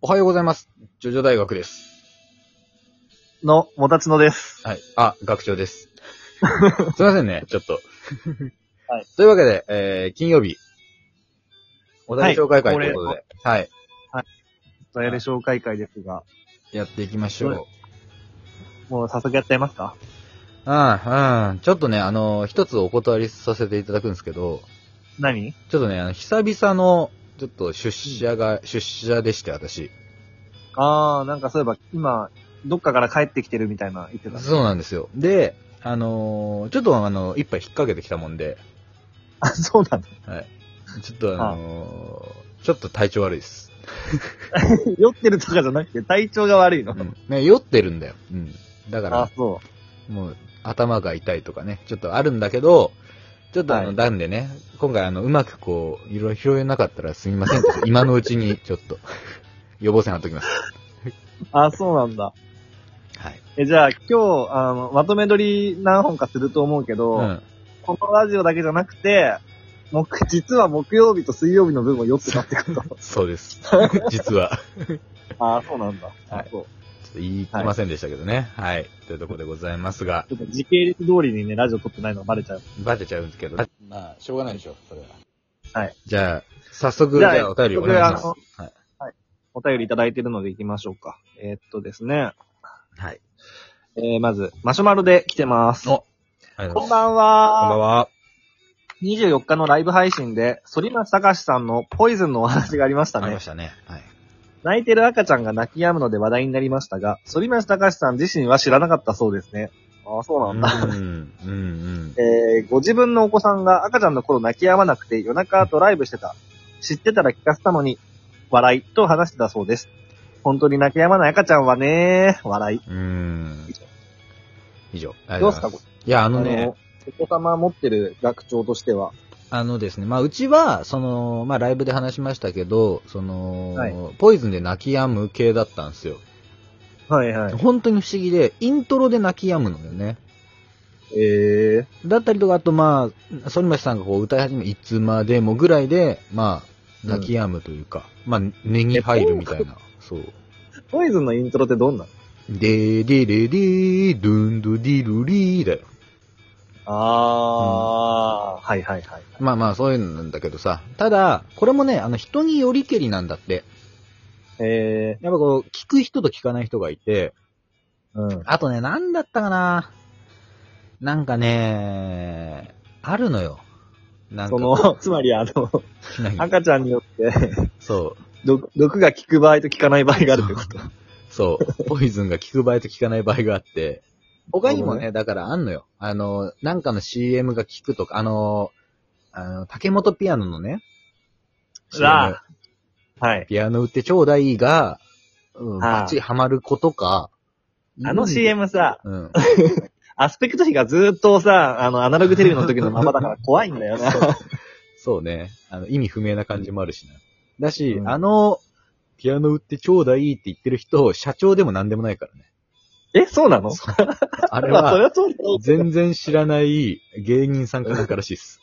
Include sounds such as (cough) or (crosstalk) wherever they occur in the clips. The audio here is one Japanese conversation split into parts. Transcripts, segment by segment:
おはようございます。ジョジョ大学です。の、もたちのです。はい。あ、学長 (laughs) です。すいませんね、ちょっ (laughs) と。はい。というわけで、えー、金曜日、お題紹介会とはいいうことで、はい、とやれ紹介会ですが、やっていきましょう。もう早速やっちゃいますかうん、うん。ちょっとね、あの、一つお断りさせていただくんですけど、何ちょっとね、あの、久々の、ちょっと出社が、出社でして、私。あー、なんかそういえば、今、どっかから帰ってきてるみたいな言ってたね。そうなんですよ。で、あのーちょっとあの、一杯引っ掛けてきたもんで、あ、そうなのちょっとあのーちょっと体調悪いです。酔ってるとかじゃなくて、体調が悪いの。うんね、酔ってるんだよ。うん。だかあら、、そもう、頭が痛いとかね、ちょっとあるんだけど、ちょっとあはの、いなんでね、今回あの、うまくこう、いろいろ拾えなかったらすみませんと。今のうち (laughs) に、ちょっと、予防線貼っときます。う。あ、そうなんだ。はい。え、じゃあ、今日、あの、まとめ撮り何本かすると思うけど、うん。このラジオだけじゃなくて、木、実は木曜日と水曜日の分も酔ってたってこと。そうです。実は。 (laughs) あー、そうなんだ。あはいそう。ちょっと言いきませんでしたけどね。はい。というところでございますが、ちょっと時系列通りにね、ラジオ撮ってないのがバレちゃう。バテちゃうんですけど、まあ、しょうがないでしょ、それは。はい。じゃあ、早速、じじゃあゃあ、お便りお願いします。早はい。お便りいただいてるので行きましょうか。えーっとですね。はい。えー、まず、マシュマロで来てます。おありがとうこごんざいますばんこんばんは。は。 24日のライブ配信で、反町隆史さんのポイズンのお話がありましたありねまし。たね。はい。泣いてる赤ちゃんが泣き止むので話題になりましたが、反町隆史さん自身は知らなかったそうですね。ああ、そうなんだ。うん、うん、うん。えー、ご自分のお子さんが赤ちゃんの頃泣き止まなくて夜中ドライブしてた。知ってたら聞かせたのに、笑いと話してたそうです。本当に泣き止まない赤ちゃんはね、笑い。うーん。以上。ありどがとうごすざかいまいや、あのね、、お子様持ってる学長としては。あのですね、まあ、うちは、その、まあ、ライブで話しましたけど、その、はいポイズンで泣き止む系だったんですよ。はいは。本当に不思議で、イントロで泣き止むのよね。ええだったりとか、あと、まあ、反町さんがこう歌い始め、いつまでもぐらいで、まあ、泣き止むというか、まあ、根に入るみたいな。そう。ポイズンのイントロってどんなのでーでーでーでー、ドゥンドゥディルリーだよ。ああ、はいはいはい。まあまあ、そういうのなんだけどさ。ただ、これもね、あの、人によりけりなんだって。ええやっぱこう、聞く人と聞かない人がいて、うん。あとね、なんだったかななんかね、あるのよ。なんか、その、つまりあの、何赤ちゃんによって、そう、毒毒が効く場合と効かない場合があるってこと。そう、ポイズンが聞く場合と聞かない場合があって、他にもなね、だからあんのよ。あの、なんかの CM が聞くとか、あの、あの、竹本ピアノのね、うわはい。ピアノ売ってちょうだいが、うん、ああバッチリハマる子とか、あの CM さ、うん。アスペクト比がずーっとさ、あの、アナログテレビの時のままだから怖いんだよな。そうね。あの、意味不明な感じもあるしな。だし、うんあの、ピアノ売ってちょうだいって言ってる人、社長でも何でもないからね。 (laughs) え、そうなのあれま (laughs) あ、それは、はそうだよ全然知らない芸人さんかなんからしいっす。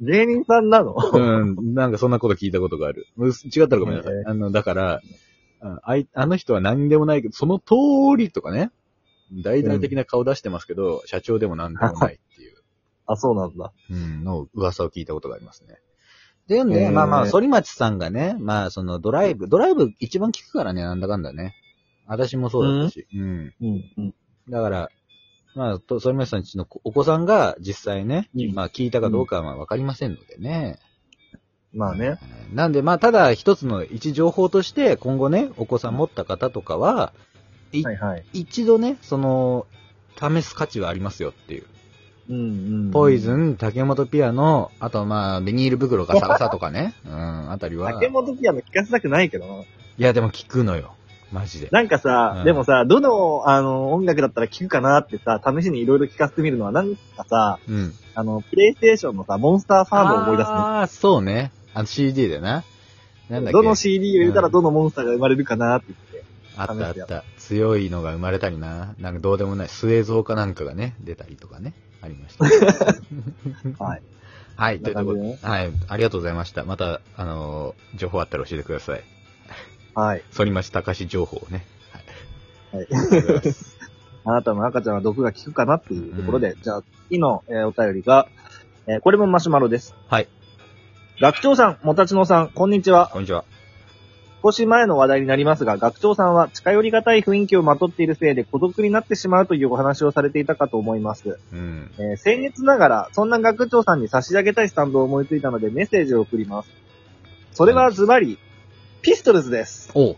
芸人さんなのうん、なんかそんなこと聞いたことがある。うす違ったらごめんなさいへえ。あの、だから、うんあいあの人は何でもないけど、その通りとかね、大々的な顔出してますけど、社長でも何でもないっていう。あ、そうなんだ。うん、の噂を聞いたことがありますね。でへね、ーまあまあ、反町さんがね、まあそのドライブ、ドライブ一番聞くからね、なんだかんだね。私もそうだったし。うん。うん。うん。だから、まあ、と反町さんちのお子さんが実際ね、うんまあ聞いたかどうかはわかりませんのでね。まあね。うんなんで、まあただ一つの一情報として、今後ね、お子さん持った方とかは、はいはい。一度ね、その、試す価値はありますよっていう。うんうん。ポイズン、竹本ピアノ、あとまあ、ビニール袋ガサガサとかね。 (laughs) うん、あたりは。竹本ピアノ聞かせたくないけどな。いや、でも聞くのよ。マジで。なんかさ、うんでもさ、どの、あの、音楽だったら聞くかなってさ、試しにいろいろ聞かせてみるのは、なんかさ、うん。あの、プレイステーションのさ、モンスターファームを思い出すね。ああ、そうね。あの CD だよな。なんだっけ。どの CD を入れたらどのモンスターが生まれるかなって言って。あったあった。強いのが生まれたりな。なんかどうでもない。末蔵かなんかがね、出たりとかね。ありました。はい。 (laughs) はい、というとここんな感じろはい、ありがとうございました。また、あのー情報あったら教えてください。はい。反町隆史情報をね。はあい。りがとうございますあなたの赤ちゃんは毒が効くかなっていうところで、じゃあ、次の、えーお便りが、えーこれもマシュマロです。はい。学長さん、もたちのさん、こんにちは。こんにちは。少し前の話題になりますが、学長さんは近寄りがたい雰囲気をまとっているせいで孤独になってしまうというお話をされていたかと思います。うん。えー、先月ながら、そんな学長さんに差し上げたいスタンドを思いついたのでメッセージを送ります。それはズバリ、ピストルズです。おう。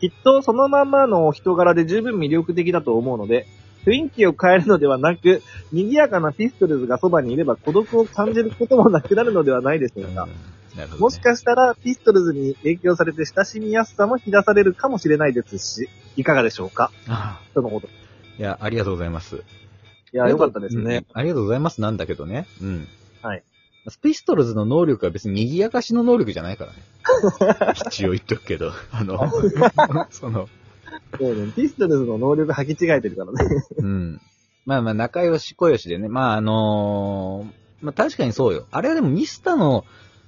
きっとそのまんまのお人柄で十分魅力的だと思うので、雰囲気を変えるのではなく、賑やかなピストルズがそばにいれば孤独を感じることもなくなるのではないでしょううんかな。るほど、ね。もしかしたら、ピストルズに影響されて親しみやすさも引き出されるかもしれないですし、いかがでしょうかあとのこと。いいや、ありがとうございます。や、よかったですね。うん。ありがとうございますなんだけどね。うん。はい。スピストルズの能力は別に賑やかしの能力じゃないからね。一応言っとくけ (laughs) ど。あの、その、そうねピストルズの能力履き違えてるからね。うん。まあまあ、仲良し小良しでね。まああのーまあ確かにそうよ。あれはでもミスタの、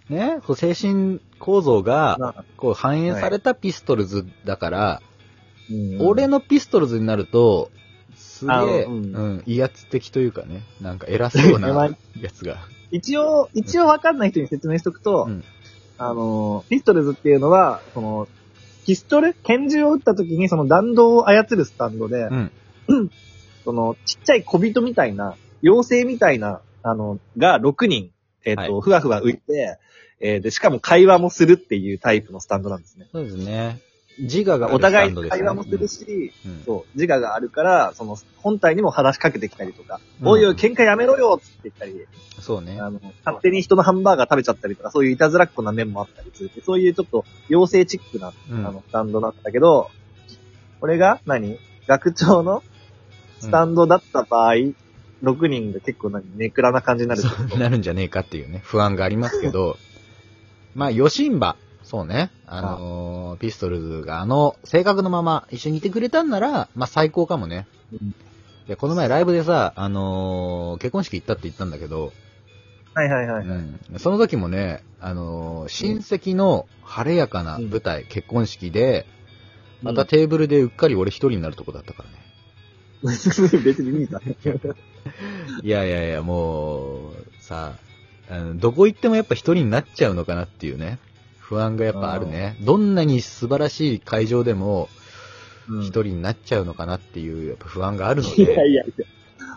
ね、こう精神構造が、なこう反映されたピストルズだから、うん俺のピストルズになると、すげあえ、う、うんん威圧的というかね、なんか偉そう (laughs) なやばいやつが。一応、一応わかんない人に説明しとくと、うんあのー、ピストルズっていうのは、その、ピストル拳銃を撃った時にその弾道を操るスタンドで、うん。その、ちっちゃい小人みたいな、妖精みたいな、あの、が6人、えっ、と、はふわふわ浮いて、えーで、しかも会話もするっていうタイプのスタンドなんですね。そうですね。自我がお互あいるスにタン会話ドもですねるし、うんうんそう、自我があるから、その、本体にも話しかけてきたりとか、うんおいおい、喧嘩やめろよっつって言ったり、そうね。あの、勝手に人のハンバーガー食べちゃったりとか、そういういたずらっ子な面もあったりするって、そういうちょっと、妖精チックな、うあんの、スタンドだったけど、これが何、学長のスタンドだった場合、6人が結構何、ネクラな感じになるってことそうなるんじゃねえかっていうね、不安がありますけど、 (laughs) まあ、ヨシンバ、そうね、あのーピストルズがあの、性格のまま一緒にいてくれたんなら、まあ最高かもね。うんいや、この前ライブでさ、あのー結婚式行ったって言ったんだけど、はいはいはういはい。ん、その時もね、あのー親戚の晴れやかな舞台、結婚式で、またテーブルでうっかり俺一人になるとこだったからね。別にいいか。いやいやいや、もう、さあの、どこ行ってもやっぱ一人になっちゃうのかなっていうね、不安がやっぱあるね。どんなに素晴らしい会場でも、うん一人になっちゃうのかなっていう、やっぱ不安があるの (laughs) いで。やいやいや。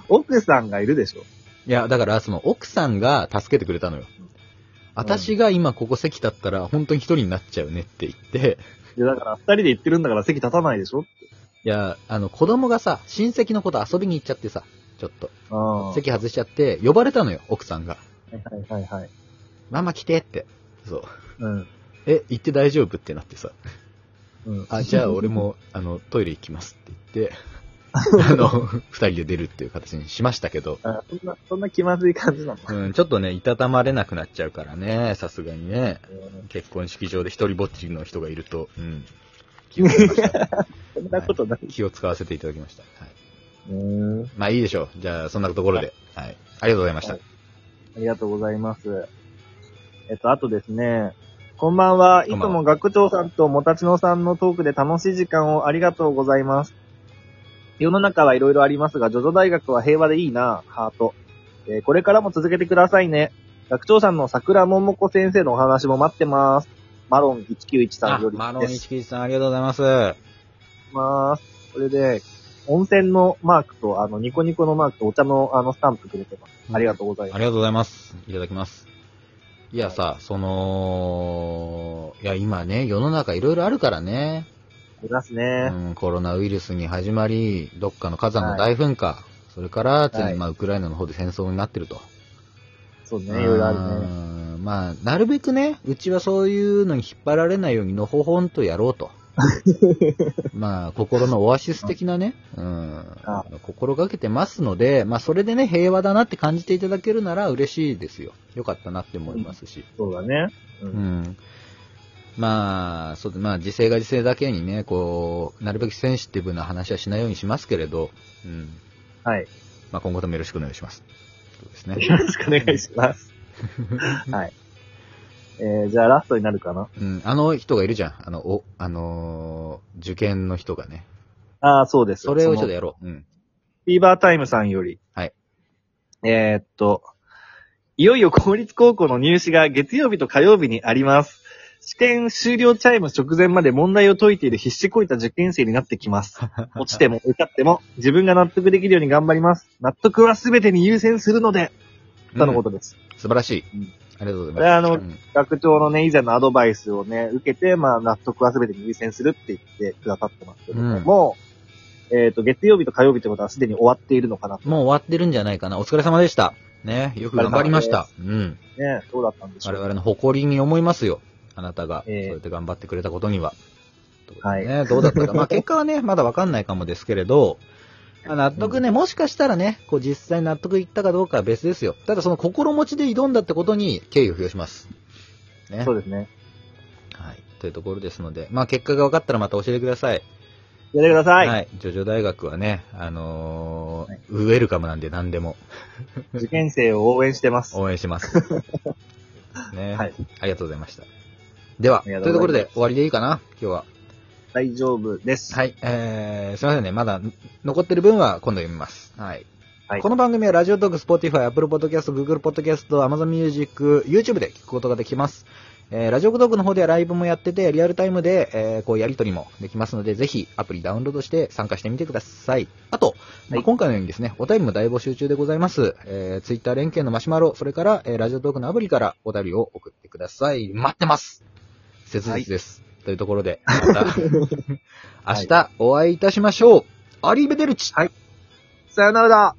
奥さんがいるでしょ。いや、だから、その、奥さんが助けてくれたのよ。私が今ここ席立ったら、本当に一人になっちゃうねって言って、いやだから、二人で行ってるんだから席立たないでしょいや、あの、子供がさ、親戚の子と遊びに行っちゃってさ、ちょっと、あ席外しちゃって、呼ばれたのよ、奥さんが。はいはいはいはい。ママ来てって。そう。うん。え、行って大丈夫ってなってさ。うん。あ、じゃあ俺 (laughs) も、あの、トイレ行きますって言って、あの、二人で出るっていう形にしましたけど、あ。そんな、そんな気まずい感じなのうん、ちょっとね、いたたまれなくなっちゃうからね、さすがにね。結婚式場で一人ぼっちの人がいると、うん。気を使いました。 (laughs) そんなことない。気を使わせていただきました。はい。うん。あまあいいでしょう。じゃあ、そんなところで。はい。ありがとうございました。はいりがとうございます。えっと、あとですね、こんばんは。いこつんばんはも学長さんともたちのさんのトークで楽しい時間をありがとうございます。世の中はいろいろありますが、ジョジョ大学は平和でいいなぁ、ハート。えーこれからも続けてくださいね。学長さんの桜桃子先生のお話も待ってます。マロン191さあんよりマロンです。一吉さん、ありがとうございます。ます。これで、温泉のマークと、あの、ニコニコのマークとお茶のあのスタンプくれてます。ありがとうございあます。りがとうございます。いただきます。いやさ、その、いや今ね、世の中いろいろあるからね、ありますうね。ん、コロナウイルスに始まり、どっかの火山の大噴火、それから、ついにはいまあ、ウクライナの方で戦争になってると。そうね、いろいろあるね。うんまあ、なるべくね、うちはそういうのに引っ張られないようにのほほんとやろう (laughs) と。まあ、心のオアシス的なね、うんあ、心がけてますので、まあ、それでね、平和だなって感じていただけるなら嬉しいですよ。よかったなって思いますし。そうだね。う。うんん。まあ、そうで、まあ、時勢が時勢だけにね、こう、なるべくセンシティブな話はしないようにしますけれど、うん。はい。まあ、今後ともよ (laughs) ろしくお願いします。そうですね。よろしくお願いします。はい。えー、じゃあラストになるかな。うん、あの人がいるじゃん。あの、お、あのー受験の人がね。ああ、そうです。それをちょっとのやろう。うん。フィーバータイムさんより。はい。えーっと、いよいよ公立高校の入試が月曜日と火曜日にあります。試験終了チャイム直前まで問題を解いている必死こいた受験生になってき (laughs) ます。落ちても受かっても自分が納得できるように頑張ります。納得は全てに優先するので、とのことです。素晴らしいうん。ありがとうございます。これはあのうん学長のね、以前のアドバイスをね、受けて、まあ、納得は全てに優先するって言ってくださってますけれども、もうえっ、と、月曜日と火曜日ってことはすでに終わっているのかなと。もう終わってるんじゃないかな。お疲れ様でした。ね、よく頑張りました。うん。ね、どうだったんでしょ我う。々の誇りに思いますよ。あなたが、ええそうやって頑張ってくれたことには。はいね、どうだったか。まあ結果はね、 (laughs) まだわかんないかもですけれど、まあ納得ね、もしかしたらね、こう実際納得いったかどうかは別ですよ。ただその心持ちで挑んだってことに敬意を表します。ね。そうですね。はい。というところですので、まあ結果が分かったらまた教えてください。やってください。ジョジョ大学はね、あのーはいウェルカムなんで何でも受験生を応援してます。応援し (laughs) ます。ね、はいありがとうございました。では、あとりいがうとうとこごろざいますで終わりでいいかな今日は。大丈夫です。はい、えー、すいませんね。まだ残ってる分は今度読みます。はい。はいこの番組はラジオトーク、Spotify、Apple Podcast、Google Podcast、Amazon Music、YouTube で聞くことができます。えー、ラジオトークの方ではライブもやってて、リアルタイムで、えー、こうやりとりもできますので、ぜひアプリダウンロードして参加してみてください。あと、まあ、はい今回のようにですね、お便りも大募集中でございます。えー、Twitter 連携のマシュマロ、それから、えー、ラジオトークのアプリからお便りを送ってください。待ってます切実です。というところで、また明日お会いいたしましょう。アリーベデルチさよなら